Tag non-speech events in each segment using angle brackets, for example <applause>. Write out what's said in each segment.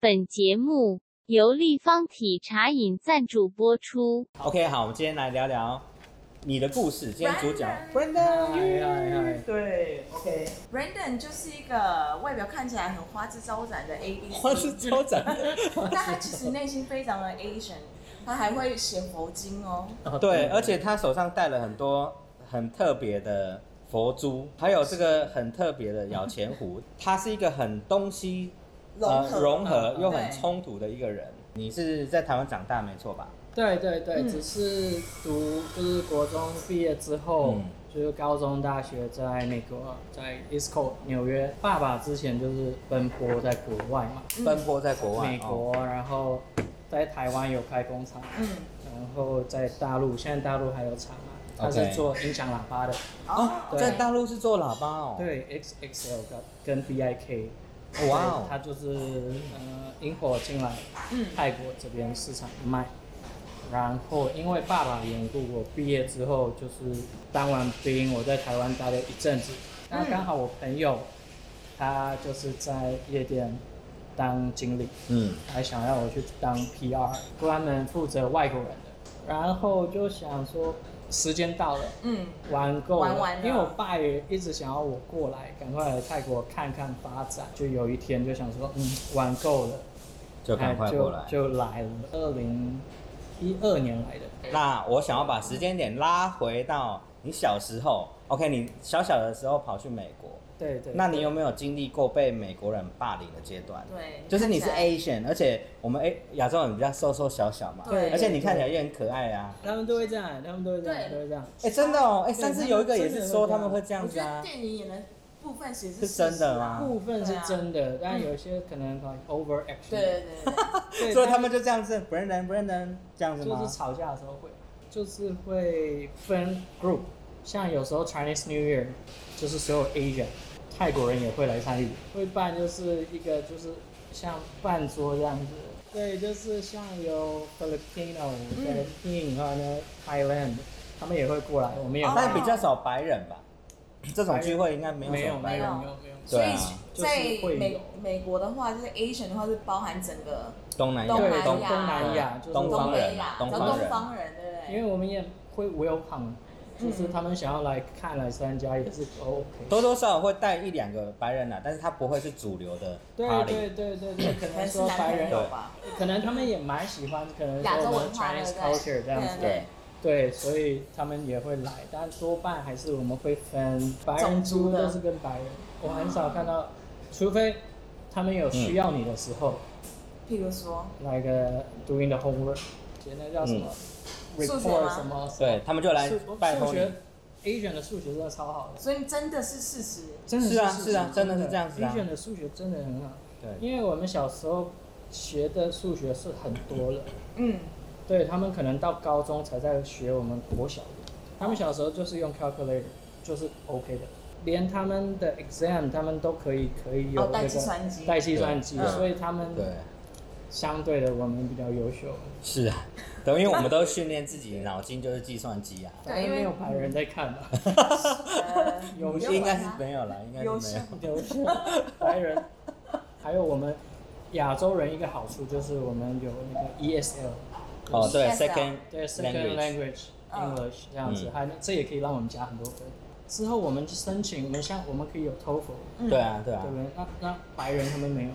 本节目由立方体茶饮赞助播出。 OK，好，我们今天来聊聊你的故事。今天主角 Brandon 嗨嗨对，OK， Brandon 就是一个外表看起来很花枝招展的 A B 花枝 C，招展。但他其实内心非常的 Asian，他还会写佛经哦。对，而且他手上戴了很多很特别的佛珠，还有这个很特别的摇钱壶。他是一个很东西呃融合嗯融合又很对冲突的一个人。你是在台湾长大没错吧？对对对，嗯只是读就是国中毕业之后，嗯就是高中、大学在美国，在 East Coast 纽约。爸爸之前就是奔波在国外嘛，嗯奔波在国外，美哦国，然后在台湾有开工厂，嗯，然后在大陆，现在大陆还有厂嘛，他 OK 是做音响喇叭的，哦，在大陆是做喇叭哦。，对 XXL 跟跟 BIK。哇哦他就是呃引火进来嗯泰国这边市场卖，然后因为爸爸的缘故，我毕业之后就是当完兵，我在台湾待了一阵子，嗯那刚好我朋友他就是在夜店当经理，嗯，还想要我去当 PR，专门负责外国人的，然后就想说时间到了。嗯，玩够了，玩完了因为我爸也一直想要我过来，赶快来泰国看看发展。就有一天就想说，嗯，玩够了，就赶快哎过来。就就来了。二零一二年来的，那我想要把时间点拉回到你小时候，OK，你小小的时候跑去美国，对对。那你有没有经历过被美国人霸凌的阶段？对，就是你是看起来 Asian，而且我们 A 亚洲人比较瘦瘦小小嘛，对而且你看起来也很可爱啊。他们都会这样，他们都会这对样，都会这样。哎，真的哦，哎，对上次有一个也是说他们会这样我子觉得啊，电影演的部分其实是真的吗部分是对啊真的，但有些可能 over action。对对对对，对，所以他们就这样子，Brandon Brandon 这样子就吗是？吵架的时候会，就是会分 group，像有时候 Chinese New Year，就是所有 Asian，泰国人也会来参与，会办就是一个就是像饭桌这样子。对，就是像有 Filipino、嗯 Philippine 还有呢 Thailand，他们也会过来，我们也会但比较少白人吧，这种聚会应该没有哦没什有么白没有没人。有没有，所对以啊在就是会有美美国的话，就是 Asian 的话是包含整个东南亚，东对南东亚东南亚就是东方北人亚啊，，然东后方东人。方人，对不因为对？我们也会 welcome，就是他们想要来看来参加也是哦 OK。多多少少会带一两个白人啦、但是他不会是主流的对 party。对对 <coughs> 对对，可可能能是说男白朋人友吧，可能他们也蛮喜欢，可能亚说洲我文们化，对 Chinese 不 culture 对？这样对子，对对。对，所以他们也会来，但多半还是我们会分白种人族猪的都是跟白人，我很少看到，除非他们嗯有需要你的时候，譬如说，那个 doing the homework，那叫什么嗯数学吗 report 什么，对他们就来数拜数托学你。 ，Asian 的数学真的超好的，所以真的是事实，真的是啊事是啊实真的是这样子啊，Asian 的数学真的很好，对，因为我们小时候学的数学是很多了。嗯，对他们可能到高中才在学我们国小的，他们小时候就是用 calculator，就是 OK 的，连他们的 exam 他们都可以可以有哦，那带个计算机，嗯带计算机对，所以他们对，相对的我们比较优秀，是啊，对，因为我们都训练自己脑筋就是计算机啊，对因为没有白人在看吧，呃有不用应该管是它没有了，应该 <laughs> 优是秀没有。优秀白人，还有我们亚洲人一个好处就是我们有那个 E ESL，哦，对啊 ESL ，second 对 language，second language 嗯 English 这样子，嗯还能这也可以让我们加很多分。之后我们去申请，我们像我们可以有 TOEFL，嗯对啊，对啊对，不对？那那白人他们没有啊。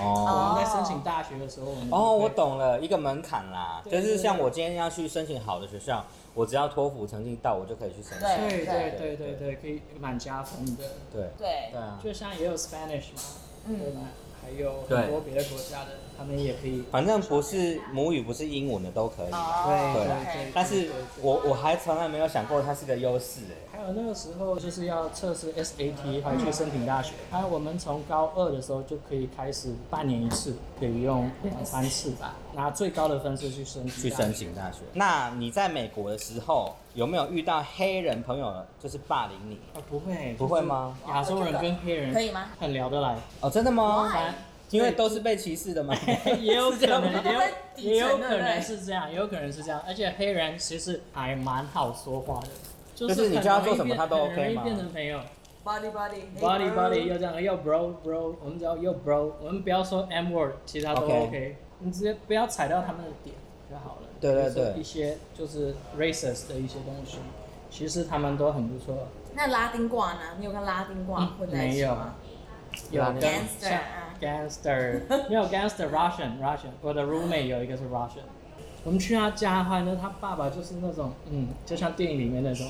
哦。我们在申请大学的时候，我们就哦，会我。懂了，一个门槛啦，对就是对像对我今天要去申请好的学校，我只要托福成绩到，我就可以去申对请。对对对对对对，可以蛮加分的。对，对对，啊，就像也有 Spanish 嘛，嗯对吧？还有对很多别的国家的，他们也可以。反正不是母语不是英文的都可以。哦对对 OK 但是我我还从来没有想过它是个优势哎。还有那个时候就是要测试嗯 SAT，还有去申请大学。还有我们从高二的时候就可以开始半年一次，可以用两三次吧，拿最高的分数去申请。去申。请大学。那你在美国的时候，有没有遇到黑人朋友就是霸凌你？啊，不会，不会吗？亚洲人跟黑人可以吗？很聊得来，哦，真的吗 Why？因为都是被歧视的吗？ <laughs> 也有可能，都 <laughs> 也在有底层也有对不可对能是这样，也有可能是这样。而且黑人其实还蛮好说话的，就就是你很叫他容易做什么变他都很容 OK 易吗变成朋友。 body body body body 要这样，哎要 bro bro，我们只要要 bro，我们不要说 m word，其他都 OK OK，你直接不要踩到他们的点就好了。对对就是对一些就是 racist 的一些东西，其实他们都很不错。那拉丁挂呢？你有跟拉丁挂混啊在一起吗？有跟 Gangster，像啊 gangster 没有 gangster Russian Russian，我的 roommate 有一个是 Russian，我们去他家的话呢，他爸爸就是那种嗯，就像电影里面那种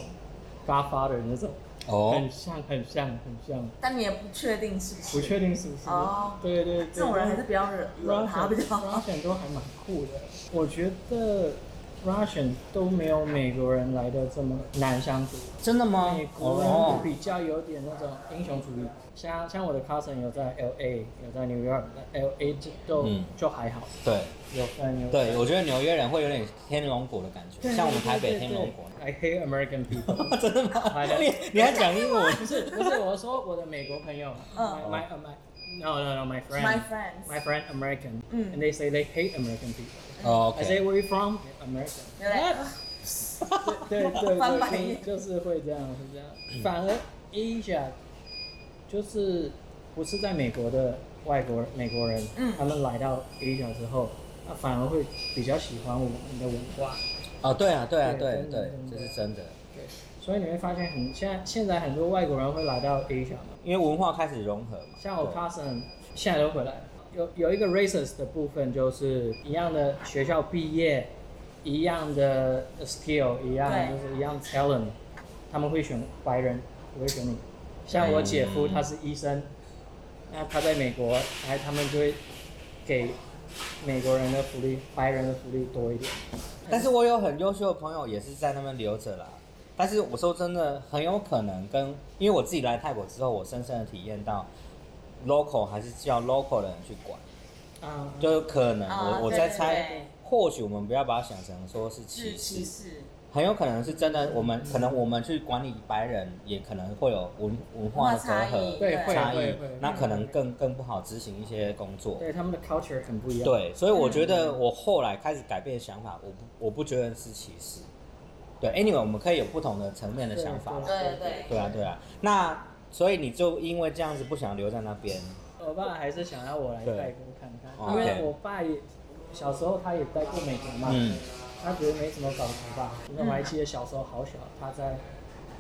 Godfather 那种，哦很，像很像很像，但你也不确定是不是？不确定是不是？哦对对对，这种人还是不要惹惹他比较好。 Russian 都还蛮酷的，我觉得 Russian 都没有美国人来的这么难相处。真的吗美？国人哦，比较有点那种英雄主义，像像我的 cousin 有在 L A，有在 New York，那 L A 就都、嗯就还好，对有在 New York。对，我觉得纽约人会有点天龙国的感觉，对像我们台北对对天龙国。。I hate American <laughs> people <laughs> 真的吗来来？你你还讲英文？不是不是，我说我的美国朋友嗯，my my my no no no my friend My friends my friend American，嗯 and they say they hate American people。哦 I say ，OK， where you from American？对不对？对对翻白眼对，就是就是会这样，会这样。反而 Asia 就是不是在美国的外国美国人，嗯他们来到 Asia 之后，他反而会比较喜欢我们的文化。哦，对啊，对啊，对对真的对，真这的是真的，对，所以你会发现很现在现在很多外国人会来到 Asia 嘛，因为文化开始融合嘛。像我对 cousin 现在都回来了。有有一个 racist 的部分，就是一样的学校毕业，一样的 skill，一样对就是一样 talent，他们会选白人，不会选你。像我姐夫，嗯他是医生，那他在美国，哎，他们就会给美国人的福利，白人的福利多一点。但是我有很优秀的朋友也是在那边留着啦。但是我说真的，很有可能跟因为我自己来泰国之后，我深深的体验到，local 还是叫 local 的人去管，啊、就有可能啊我我对在对对猜，或许我们不要把它想成说是是歧视，歧视，很有可能是真的，我们嗯可能我们去管理白人，也可能会有文文化的隔文化差异阂对，对会差会异会，会，那可能更更不好执行一些工作。对他们的 culture 很不一样。对，所以我觉嗯得我后来开始改变想法，我不我不觉得是歧视。对，anyway，我们可以有不同的层面的想法对。对对对啊，对啊。那所以你就因为这样子不想留在那边，我爸还是想要我来代沟看对看，因为 OK 我爸也小时候他也待过美国嘛，嗯他觉得没什么搞头发。那我还记得小时候好小，他在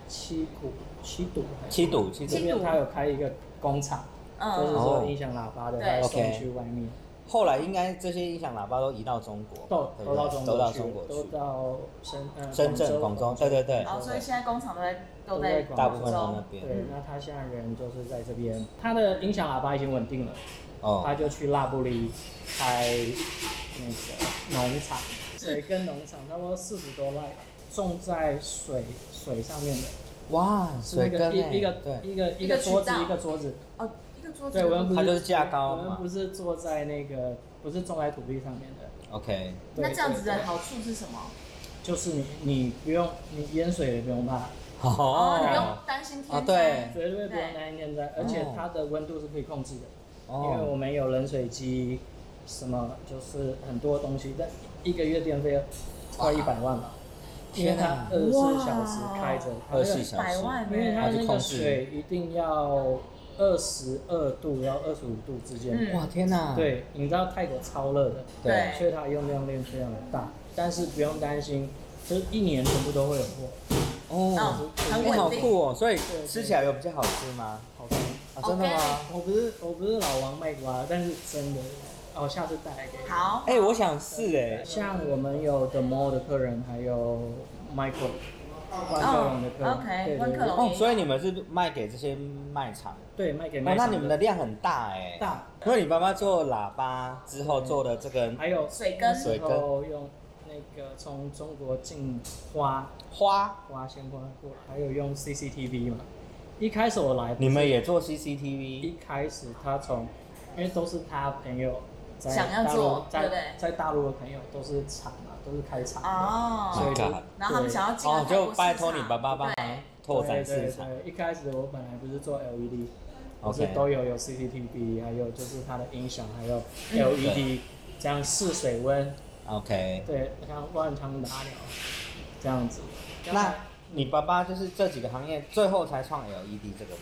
七股七堵还是七堵七这堵。边他有开一个工厂，就嗯，是说音响喇叭的，对他要哦 OK 送去外面，后来应该这些音响喇叭都移到中国，都对不对都到中都国到去中国，都去，到深呃深圳、广州，对对对，哦，所以现在工厂都在都都在在广州大部分都那广州边。对，那他现在人就是在这边，他的音响喇叭已经稳定了。他哦，就去拉布里开那个农场，水跟农场差不多四十多万，种在水水上面的，哇，是那水个跟一一个对，一个一一个个桌子渠道一个桌子，哦，一个桌子对，我们不它是就是架高我嘛们不是坐在那个不是种在土地上面的， ，OK，对那这样子对的对好处是什么？就是你你不用你淹水也不用怕，哦，你哦不用，担心天哦灾对绝对不用担心天灾，而且哦它的温度是可以控制的。因为我哦，们有冷水机，什么就是很多东西，但一个月电费快一百万吧，因为天它啊，二十四小时开着，它二那十四个小百时，万因为呢，它它去那控个制水一定要二十二度到二十五度之间，嗯哇，天哪，对，你知道泰国超热的，对所以它用量量非常的大，但是不用担心，就是一年全部都会有货，哦哎嗯，很好稳定，酷哦！所以吃起来有比较好吃吗？好吧？啊，真的吗？哦我不是我不是老王卖瓜，但是真的，哦，下次带来给你。好，哦哎，我想试哎。像我们有 The Mall 的客人，还有 Michael 万客隆的客人哦，OK，对对万客隆哦，所以你们是卖给这些卖场？对，对卖给哦卖，那场你们的量很大哎。大，因为你爸爸做喇叭之后做的这个还有水根那时候用那个从中国进花花，花鲜花过来，还有用 CCTV 嘛。一开始我来，你们也做一 CCTV 开始他从，因为都是他朋友在想要大陆做对不在对在大陆的朋友都是厂啊，都是开厂，哦，所以就 My God 然后他们想要进哦来，泰就国市拜托你场爸爸帮忙对拓展对对市场。对，一开始我本来不是做 E LED，我是 OK，都有有 CCTV，还有就是它的音响，还有嗯 LED，、这样试水温， OK，对，像乱枪打鸟这样子。E 那你爸爸就是这几个行业最后才创 LED 这个吗？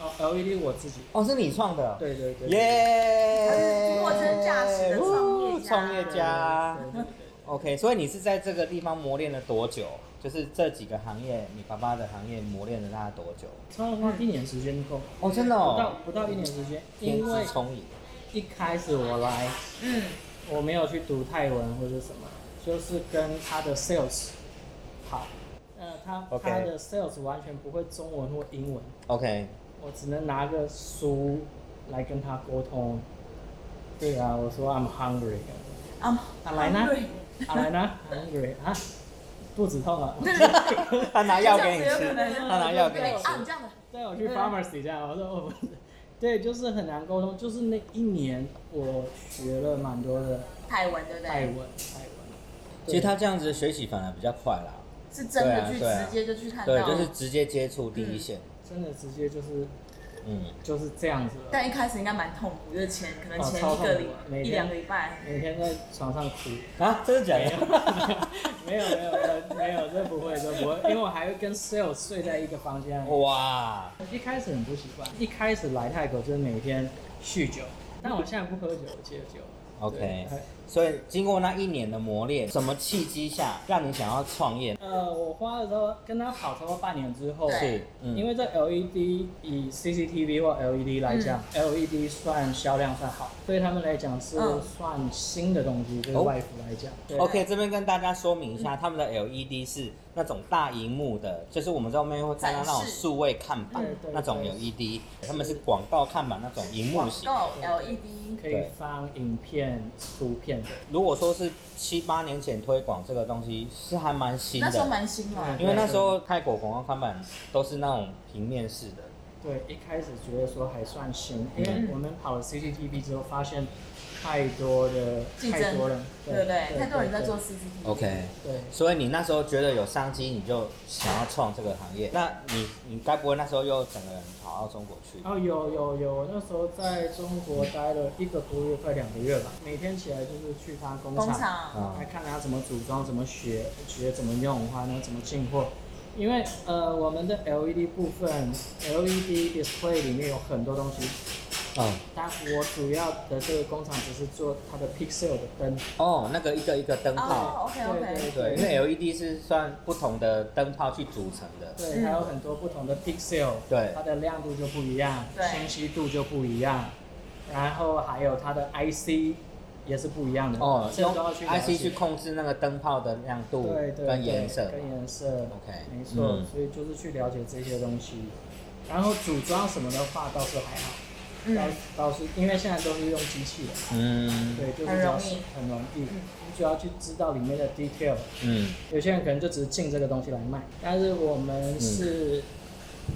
哦，LED 我自己，哦，是你创的，对对对，他是耶，货真价实的创业呜家创业对家。对对对 OK，所以你是在这个地方磨练了多久？就是这几个行业，你爸爸的行业磨练了他多久？差不多一年时间够，哦，真的不到哦，不到一年时间，天因为资聪颖。一开始我来，嗯，我没有去读泰文或者什么，就是跟他的 sales 跑，呃，他 OK 他的 sales 完全不会中文或英文， <laughs> OK，我只能拿个书来跟他沟通。对啊，我说 I'm hungry，啊，啊来呢对，啊来呢 hungry 啊，肚子痛啊 <laughs> 了，他拿药给你这样子吃有可，能他拿药给对你啊，吃。你这样的，带我去 pharmacy 这样，我说哦不是，对，就是很难沟通，就是那一年我学了蛮多的泰文对不泰对？文，泰文。其实他这样子学习反而比较快啦，是真的去对啊直接就去看到对，了，就是直接接触第一线。真的直接就是嗯，就是这样子了，但一开始应该蛮痛苦，就是前可能哦前超一痛个苦礼啊每一天两个礼拜，每天在床上哭。啊，真的假没有 <laughs> 的？，没有，没有，没有，这不会，这不会，因为我还会跟 sales 睡在一个房间。哇，一开始很不习惯，一开始来泰国就是每天酗酒，但我现在不喝酒，我戒酒。 OK 对哎所以经过那一年的磨练，什么契机下让你想要创业？呃，我花了之后跟他跑超过半年之后，对是，因嗯，为这 LED 以 CCTV 或 LED 来讲、l e d 算销量算好，对他们来讲是嗯算新的东西，对哦外服来讲。对 OK，这边跟大家说明一下，他们的 LED 是那种大荧幕的，就是我们在外面会看到那种展示数位看板对对那种对 LED，他们是广告看板那种荧幕型。够 LED，可以放影片、图片的。如果说是七八年前推广这个东西，是还蛮新那时候的，蛮新嘛，对因为那时候泰国广告看板都是那种平面式的。对，一开始觉得说还算行，因为嗯我们跑了 CCTV 之后，发现太多的竞争太多人，对不对？太多人在做对 CCTV。 OK，对，所以你那时候觉得有商机，你就想要创这个行业。那你你该不会那时候又整个人跑到中国去？哦，有有有，我那时候在中国待了一个多月，快两个月吧，每天起来就是去他工工厂，厂，啊来看他怎么组装、怎么学、学怎么用，还有怎么进货。因为呃，我们的 LED 部分，LED display 里面有很多东西，嗯，但我主要的这个工厂只是做它的 pixel 的灯，哦，那个一个一个灯泡，哦，OK OK，对，因为 LED 是算不同的灯泡去组成的。对，还有很多不同的 pixel，对它的亮度就不一样，对清晰度就不一样，然后还有它的 IC 也是不一样的，哦，这用都要去了 IC 去解控制那个灯泡的亮度对对跟颜色对。跟颜色 OK，没错，嗯所以就是去了解这些东西，然后组装什么的话倒是还好，倒嗯，倒是因为现在都是用机器的，嗯对，就是很只要容易嗯很容易，你只要去知道里面的 detail。嗯有些人可能就只是进这个东西来卖，但是我们嗯是，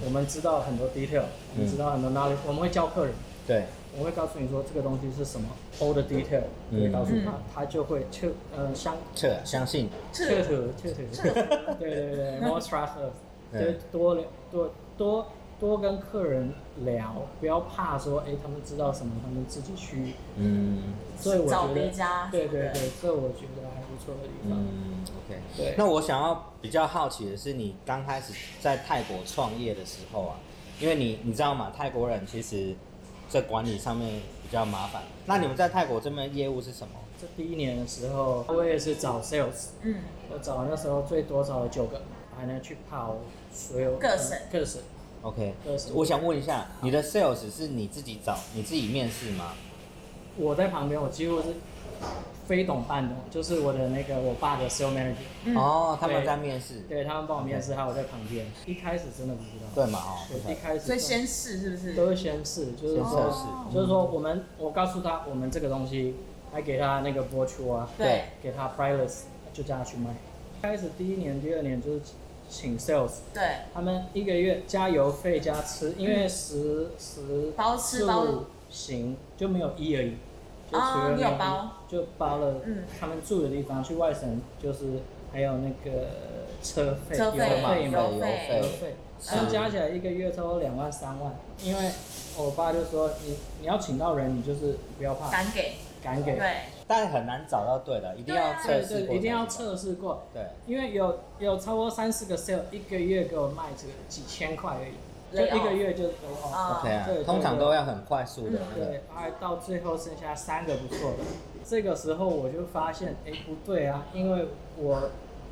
我们知道很多 detail，我们知道很多 knowledge，、我们会教客人，对，我会告诉你说这个东西是什么 all the detail，嗯会告诉他嗯，他就会彻呃相这相信，彻是，头彻头， <laughs> 对对对 more trust us，<laughs> 就对是多聊多多多跟客人聊，不要怕说哎他们知道什么，他们自己去，嗯所以我找觉别得，家，对对对，这我觉得还不错的地方。嗯，OK。对那我想要比较好奇的是，你刚开始在泰国创业的时候啊，因为你你知道嘛，泰国人其实在管理上面比较麻烦。那你们在泰国这边的业务是什么？这第一年的时候，我也是找 sales，嗯，我找那时候最多找了九个，还能去跑所有各省各省。 OK，各省我想问一下，你的 sales 是你自己找、你自己面试吗？我在旁边，我几乎是非懂半懂，就是我的那个我爸的 sales manager，嗯哦，他们在面试，对他们帮我面试，还有我在旁边。一开始真的不知道，对嘛？哦，对，一开始所以先试是不是？都会先试，就是先说，测哦试，就是说我们我告诉他我们这个东西，还给他那个播出啊，对，给他 priceless，就叫他去卖。开始第一年、第二年就是请 sales。对，他们一个月加油费加吃，因为十十嗯包吃包住行就没有一而已，就除哦了你那有一包就包了嗯他们住的地方，去外省就是还有那个车费、车油费费嘛油油费油费，费，他们加起来一个月差不多两万三万，因为我爸就说你你要请到人，你就是不要怕，敢给，敢给，对，但很难找到对的，一定要测对试过才知道，对，一定要测试过，对，因为有有超过三四个 sale 一个月给我卖这个几千块而已。就 lay 一个 off 月就 lay 啊 off。对啊对，通常都要嗯很快速的那个对，而到最后剩下三个不错的，这个时候我就发现，哎，不对啊，因为我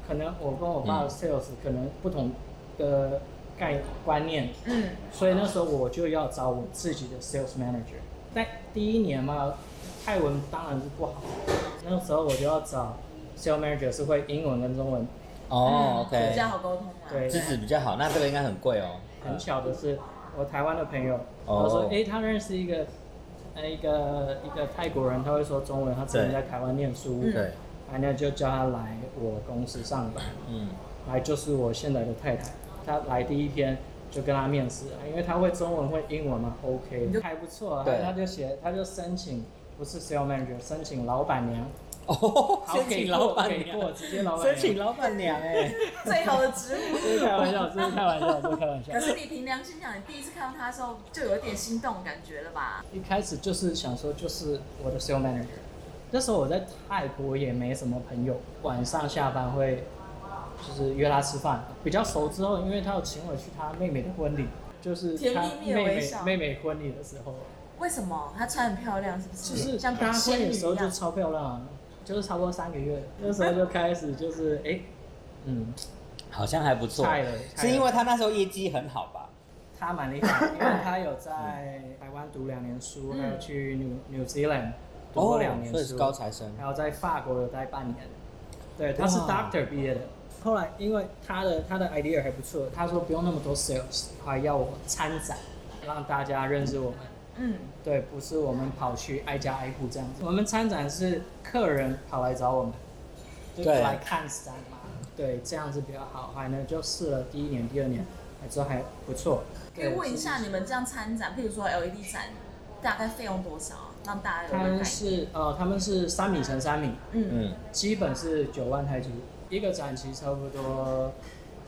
可能我跟我爸的嗯 sales 可能不同的概观念，嗯，所以那时候我就要找我自己的 sales manager。但第一年嘛，泰文当然是不好，那时候我就要找 sales manager 是会英文跟中文。哦比，OK，较好沟通啊嘛。嗯对支持比较好，那这个应该很贵哦。很巧的是，我台湾的朋友，哦他说，哎，他认识一个。呃，一个一个泰国人，他会说中文，他之前在台湾念书，嗯对，哎，那就叫他来我公司上班，嗯，来就是我现在的太太。她来第一天就跟他面试，因为她会中文会英文嘛，OK，你就还不错啊。对他就写，他就申请，不是 sales manager，申请老板娘，哦，好申给请过老板给过，娘，直接老板娘。申请老板娘哎，最好的职务。这是开玩笑，这是开玩笑，这是开玩笑可。是你凭良心讲，你第一次看到他的时候，就有一点心动的感觉了吧？一开始就是想说，就是我的 sales manager。那时候我在泰国也没什么朋友，晚上下班会就是约他吃饭。比较熟之后，因为他有请我去他妹妹的婚礼，就是甜他蜜蜜妹的微妹笑妹妹婚礼的时候，为什么？她穿很漂亮，是不是？就是像大家婚仙女礼的一时候就样。超漂亮啊，就是差不多三个 <laughs> 月，那时候就开始就是哎、嗯， <laughs> 好像还不错菜了菜了，是因为他那时候业绩很好吧？他蛮厉害，因为他有在台湾读两年书，嗯还有去 New New Zealand 读过两年哦所以书，是高材生，然后在法国有待半年，对，他是哇 Doctor 毕业的。后来因为他的他的 idea 还不错，他说不用那么多 sales，还要我参展，让大家认识我们。嗯，对，不是我们跑去挨家挨户这样子，我们参展是客人跑来找我们，就对来看展嘛。对，这样子比较好。后来呢，就试了第一年、第二年，之后还不错。可以对问一下，你们这样参展，譬如说 LED 展，大概费用多少啊？让大家有一他个概们念。是呃，他们是三米乘三米，嗯，嗯，基本是九万泰铢，一个展期差不多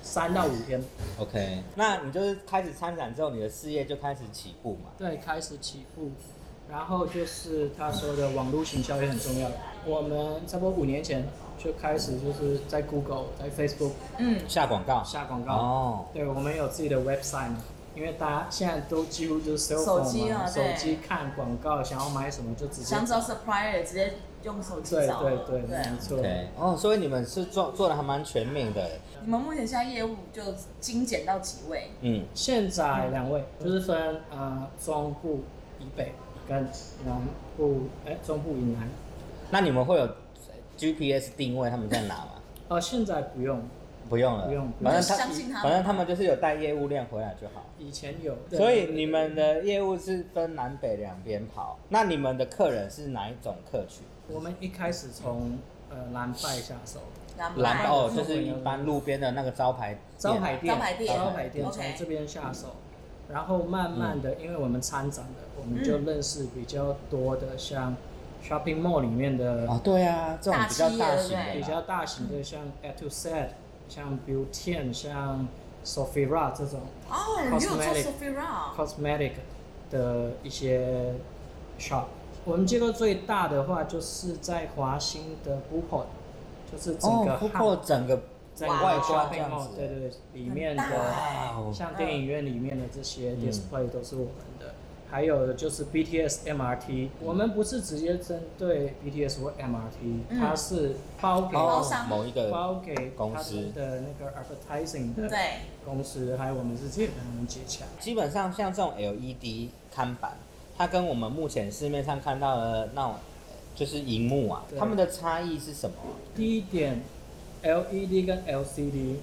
三到五天。 OK，那你就是开始参展之后，你的事业就开始起步嘛？对，开始起步，然后就是他说的网络行销也很重要。我们差不多五年前就开始就是在 Google、在 Facebook 嗯，下广告，下广告。哦，对，我们有自己的 website 嘛，因为大家现在都几乎就是 cell phone 手机嘛，啊手对机看广告，想要买什么就直接想。找 supplier 直接用手机对找。对对，嗯对啊没错。对，哦，所以你们是做做的还蛮全面的，你们目前现在业务就精简到几位？嗯，现在两位就是分呃中部以北跟南部，哎中部以南。那你们会有 GPS 定位他们在哪 <laughs> 吗？哦，现在不用，不用了，不用不用反正就相信他们反正他们就是有带业务量回来就好。以前有。所以你们的业务是分南北两边跑，那你们的客人是哪一种客群？我们一开始从呃蓝拜下手，蓝牌蓝哦，中就文是一般路边的那个招牌店招牌店，招牌店招牌店 OK 从这边下手，然后慢慢嗯的，因为我们参展的，我们就认识比较多的，像 shopping mall 里面的哦，对啊，这种比较大型大企业对的比啦，较大型的，像 a t u s e t 像 Beauty，像 Sofira 这种哦，你有做 Cosmetic Sophie Round， cosmetic 的一些 shop。我们接过最大的话，就是在华兴的 b u p o 就是整哦个，不汉过整个整个外观这 shopping 样 mall，子，对对对，里面很大的。哇哦，像电影院里面的这些嗯 display 都是我们的，还有就是 BTS、MRT，我们不是直接针对 BTS 或 MRT，、嗯它是包给、包哦商，某一个包给公司他们的那个 advertising 的对，公司，还有我们是直接跟他们接洽。基本上像这种 LED 看板，它跟我们目前市面上看到的那种呃就是荧幕啊，对它们的差异是什么？第一点，LED 跟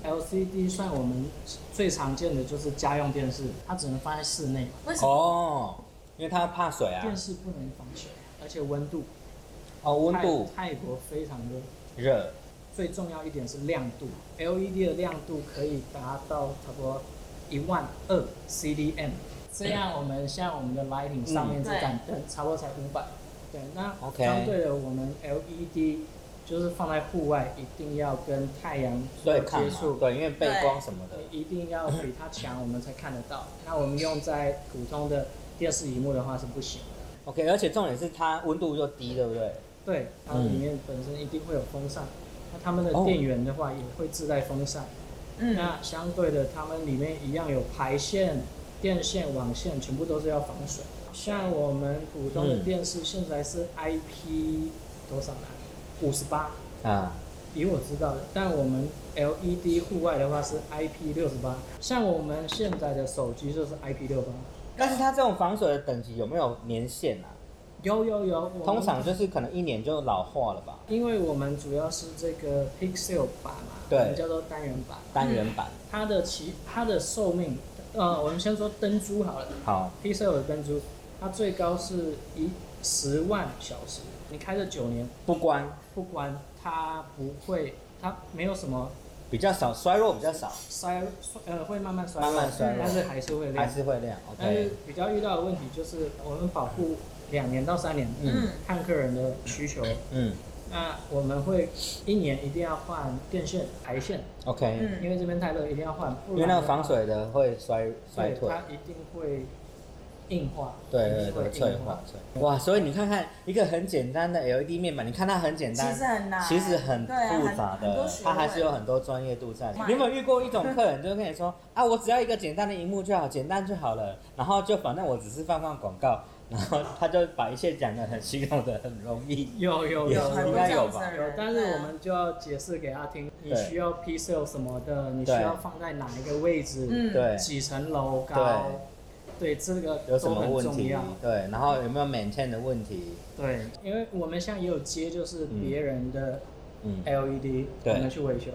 LCD，LCD 算我们最常见的就是家用电视，它只能放在室内，为什么？哦，因为它怕水啊，电视不能防水，而且温度，哦，温度泰泰国非常热。热，最重要一点是亮度，LED 的亮度可以达到差不多一万二 CDM，这样我们像我们的 lighting 上面这盏灯差不多才五百，对，那嗯 OK 相对的我们 LED 就是放在户外一定要跟太阳做对抗接嘛触，对，因为背光什么的，你呃一定要比它强我们才看得到，那我们用在普通的电视荧幕的话是不行的， OK，而且重点是它温度又低，对不对？对，它里面本身一定会有风扇，那他们的哦电源的话也会自带风扇。嗯，那相对的，他们里面一样有排线，电线、网线全部都是要防水。像我们普通的嗯电视现在是 IP 多少呢？五十八，啊，以我知道的。但我们 LED 户外的话是 IP 六十八，像我们现在的手机就是 IP 六八。但是它这种防水的等级有没有年限啊？有有有，我们通常就是可能一年就老化了吧，因为我们主要是这个 Pixel 版嘛，对我们叫做单元版，单元版。它的其它的寿命，呃，我们先说灯珠好了嗯好， ，Pixel 的灯珠，它最高是一十万小时，你开了九年不关，不关，它不会，它没有什么比较少，衰弱比较少，衰衰呃会慢慢衰慢慢衰弱但是还是会亮还。是会亮。但是 OK，比较遇到的问题就是我们保护两年到三年，嗯嗯看客人的需求，嗯那我们会一年一定要换电线排线。 ，OK，嗯因为这边太热，一定要换，不因为然那的个防水的会衰话，衰对退，它一定会硬化，对一对定会对，硬脆化。脆。哇，所以你看看一个很简单的 LED 面板，你看它很简其单，实很难，其实很对啊复杂很很多的，学它问还是有很多专业度在里面。哇你有没有遇过一种客人，就跟你说啊，我只要一个简单的荧幕就好，简单就好了，然后就反正我只是放放广告，然后他就把一切讲得很虚构的很容易。有有也有有很应多该这有样子吧的人，啊但是我们就要解释给他听，你需要 P s e l 什么的，你需对要放在哪一个位置，嗯对几层楼高，对，这个有都什么很问重题要。？对，然后有没有 maintain 的问题？对，因为我们像也有接就是别人的嗯， LED，对我们去维修，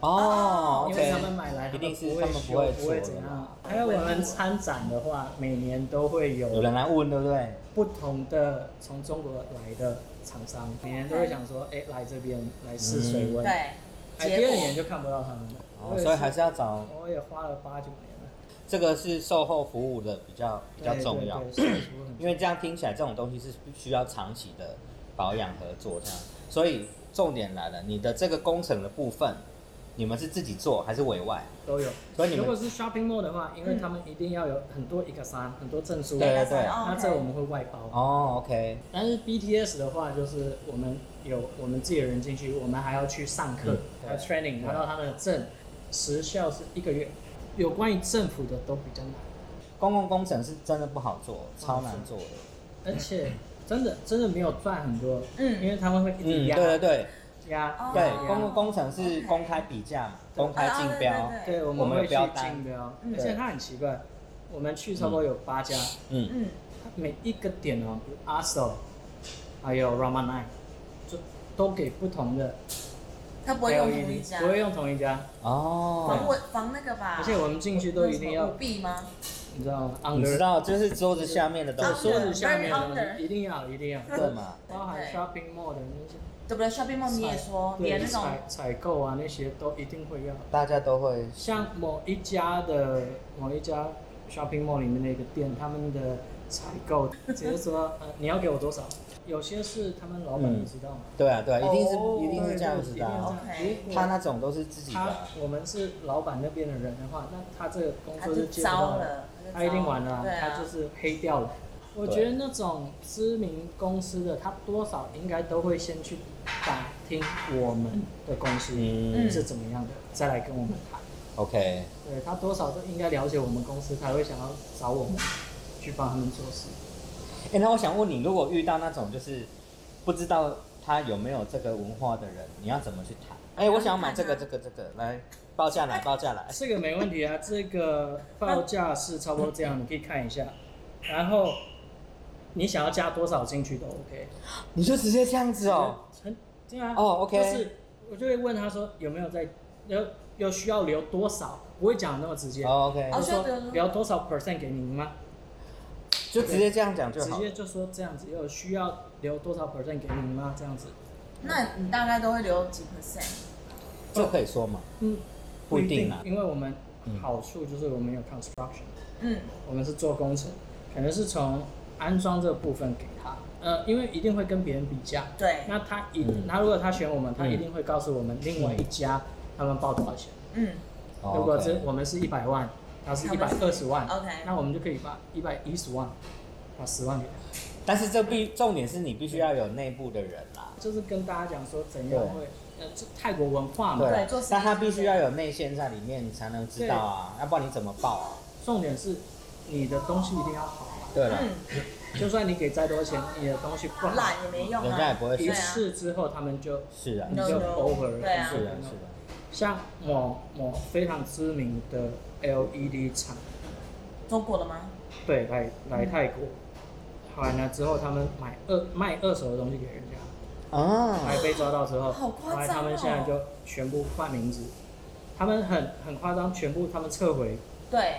哦哎因为，OK，他们买来一定是他不会们不修会，不会做怎的样。还有我们参展的话，每年都会有有人来问，对不对？不同的从中国来的厂商，每年都会想说，嗯哎、来这边来试水温，嗯哎、对，第结二果年就看不到他们了。哦我，也所以还是要找我也花了八九年了，这个是售后服务的比较比较对重要。对对所以我很因为这样听起来，这种东西是需要长期的保养合作这样。所以重点来了，你的这个工程的部分，你们是自己做还是委外？都有。所以你如果们是 shopping mall 的话，因为他们一定要有很多一个山，很多证书，对那对算了啊那哦这个 OK 我们会外包。哦，OK，但是 BTS 的话，就是我们有我们自己的人进去，我们还要去上课嗯，还有 training，拿到他们的证，时效是一个月。有关于政府的都比较难。公共工程是真的不好做，超难做的。而且真的真的没有赚很多，因嗯，为他们会一直嗯，压、对对对压哦对，压公共工程是公开比价嘛，公开竞标，啊对对对，对我我们们有会去标单竞标，嗯而且它很奇怪，我们去差不多有八家，嗯，嗯，它每一个点哦，比如 a s o 还有 Ramanai，就都给不同的他不会用同一 LED，家，不会用同一家，防哦，我防那个吧，而且我们进去都一定有要什么，舞弊吗？你知道吗你知？Under 道就是桌子下面的东对西桌子啊，下面 Very 的 under 一定要一定要，对嘛？包含对 shopping mall 的那些，对不对？shopping mall 你也说，对连那种采采购啊那些都一定会要。 <laughs> 大家都会像某一家的某一家 shopping mall 里面的一个店，他们的采购只是说，呃，你要给我多 <laughs> 少？有些是他们老板不知道嘛，对啊对啊，一定是哦一定是这样子一定的啊。是这他样。如果那种都是自己的他啊，我们是老板那边的人的话，那他这个工他作就就接不到糟，了，他一定完了啊，对他啊就，是黑掉了。我觉得那种知名公司的，他多少应该都会先去打听我们的公司嗯是怎么样的，再来跟我们谈。 ，OK。对他多少都应该了解我们公司，才会想要找我们去帮他们做事。哎、那我想问你，如果遇到那种就是不知道他有没有这个文化的人，你要怎么去谈？哎、我想要买这嗯啊个、这个、这个，来报价哎来，报价来。这个没问题啊，这个报价是差不多这样，你可以看一下。然后你想要加多少进去都 OK。你就直接这样子哦、很对啊。哦，OK 就是我就会问他说有没有在有有需要留多少，不会讲那么直接。哦 OK，就哦说需要留留多少 percent 给您吗？就直接这样讲就直好接。就说这样子，有需要留多少 percent 给您吗？这样子，那你大概都会留几 percent？这可以说嘛？嗯，不一定啊因为我们嗯好处就是我们有 construction，、嗯，我们是做工程，可能是从安装这部分给他，呃，因为一定会跟别人比价，对，那他一、嗯那如果他选我们，他嗯一定会告诉我们另外一家他们报多少钱。嗯哦如果这 OK 我们是一百万，他是他一们百是二十万， ，OK，那我们就可以把一百一十万，把十万给他，但是这必重点是你必须要有内部的人啦。就是跟大家讲说怎样会，呃，这泰国文化嘛，啦嗯对做生意但他必须要有内线在里面，你才能知道啊，要不然你怎么报啊？重点是你的东西一定要好嘛，对啊了，嗯，就算你给再多钱，你的东西不好，懒也没用人家也啊不。会说一对啊次之后他们就是啊你， No, 就 no, over 了，对啊是啊，就是啊。像某某非常知名的 LED 厂，中国了吗？对，来嗯来泰国，完了之后他们买二卖二手的东西给人家，嗯啊，还被抓到之后，好夸张哦后来他们现在就全部换名字，他们很很夸张，全部他们撤回对，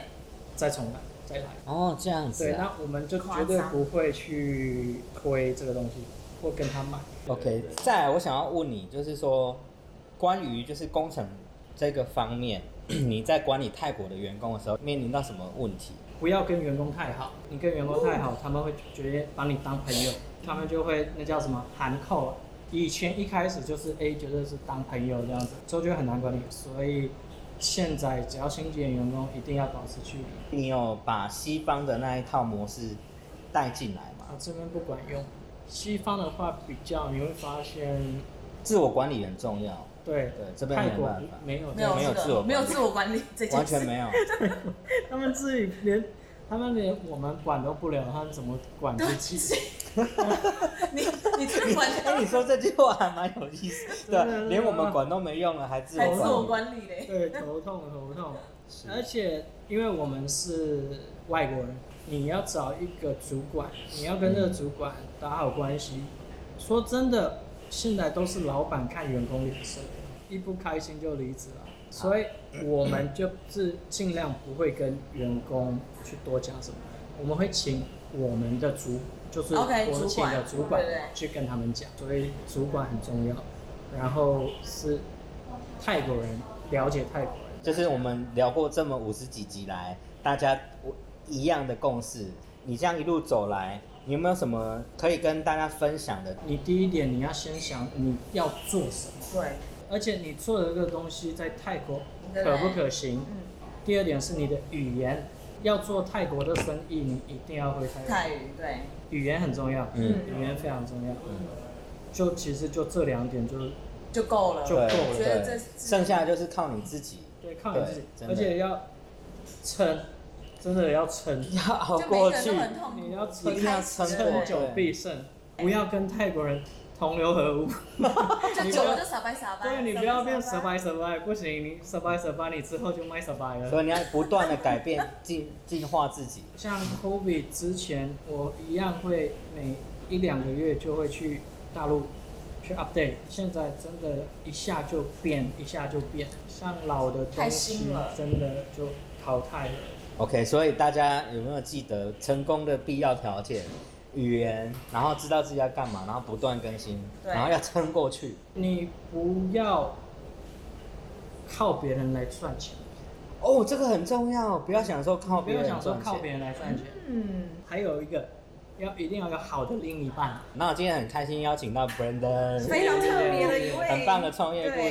再重来再来。哦，这样子对，啊。那我们就绝对不会去推这个东西，或跟他买。 OK，再来我想要问你，就是说关于就是工程这个方面， <clears throat> 你在管理泰国的员工的时候，面临到什么问题？不要跟员工太好，你跟员工太好，他们会直接把你当朋友，他们就会那叫什么含扣啊。以前一开始就是哎，觉得是当朋友这样子，之后就很难管理。所以现在只要新进的员工，一定要保持距离。你有把西方的那一套模式带进来吗？啊，这边不管用。西方的话比较，你会发现，自我管理很重要，对对这边泰没国办法没有这没有样没有这个自我管理没有自我管理这件事，完全没 <laughs> 有。他们自己连他们连我们管都不了，他们怎么管自己？ <laughs> <laughs> 你你这个完哎、你全说这句话还蛮有意思，对真的真啊，的连我们管都没用了，还自还我自我管理。管理嘞。对，头痛头痛。而且因为我们是外国人，你要找一个主管，你要跟这个主管打好关系。说真的，现在都是老板看员工脸色，一不开心就离职了。所以我们就是尽量不会跟员工去多讲什么，我们会请我们的主，就是我 OK，们主请管的主管对对对去跟他们讲。所以主管很重要，然后是泰国人了解泰国人。就是我们聊过这么五十几集来，大家我一样的共识。你这样一路走来，你有没有什么可以跟大家分享的？你第一点你要先想你要做什么，对，而且你做的这个东西在泰国对可不可行。嗯，第二点是你的语言，要做泰国的生意，你一定要会泰国，泰语对，语言很重要，嗯语言非常重要。就其实就这两点就是就够了。就够对了觉得对这剩下的就是靠你自己，对靠你自己对真，的而且要撑，真的要撑，要熬就每个过人去都。很痛苦，你要一撑定要撑过撑久必胜，不要跟泰国人同流合污。就久了就傻白傻白。 <laughs> 对你不要变傻十白八十八，不行，你十八十八，你之后就卖十八了。所以你要不断的改变、进进化自己。像 Kobe 之前，我一样会每一两个月就会去大陆去 update。现在真的，一下就变，一下就变，像老的太东西新了真的就淘汰了。 OK，所以大家有没有记得成功的必要条件？语言，然后知道自己要干嘛，然后不断更新，对然后要撑过去。你不要靠别人来赚钱，哦，这个很重要，不要想说靠不别要人想说赚靠钱别。人来赚钱。嗯，还有一个，要一定要有好的另一半。 <laughs> 那我今天很开心邀请到 Brandon，非常特别的一位，很棒的创业故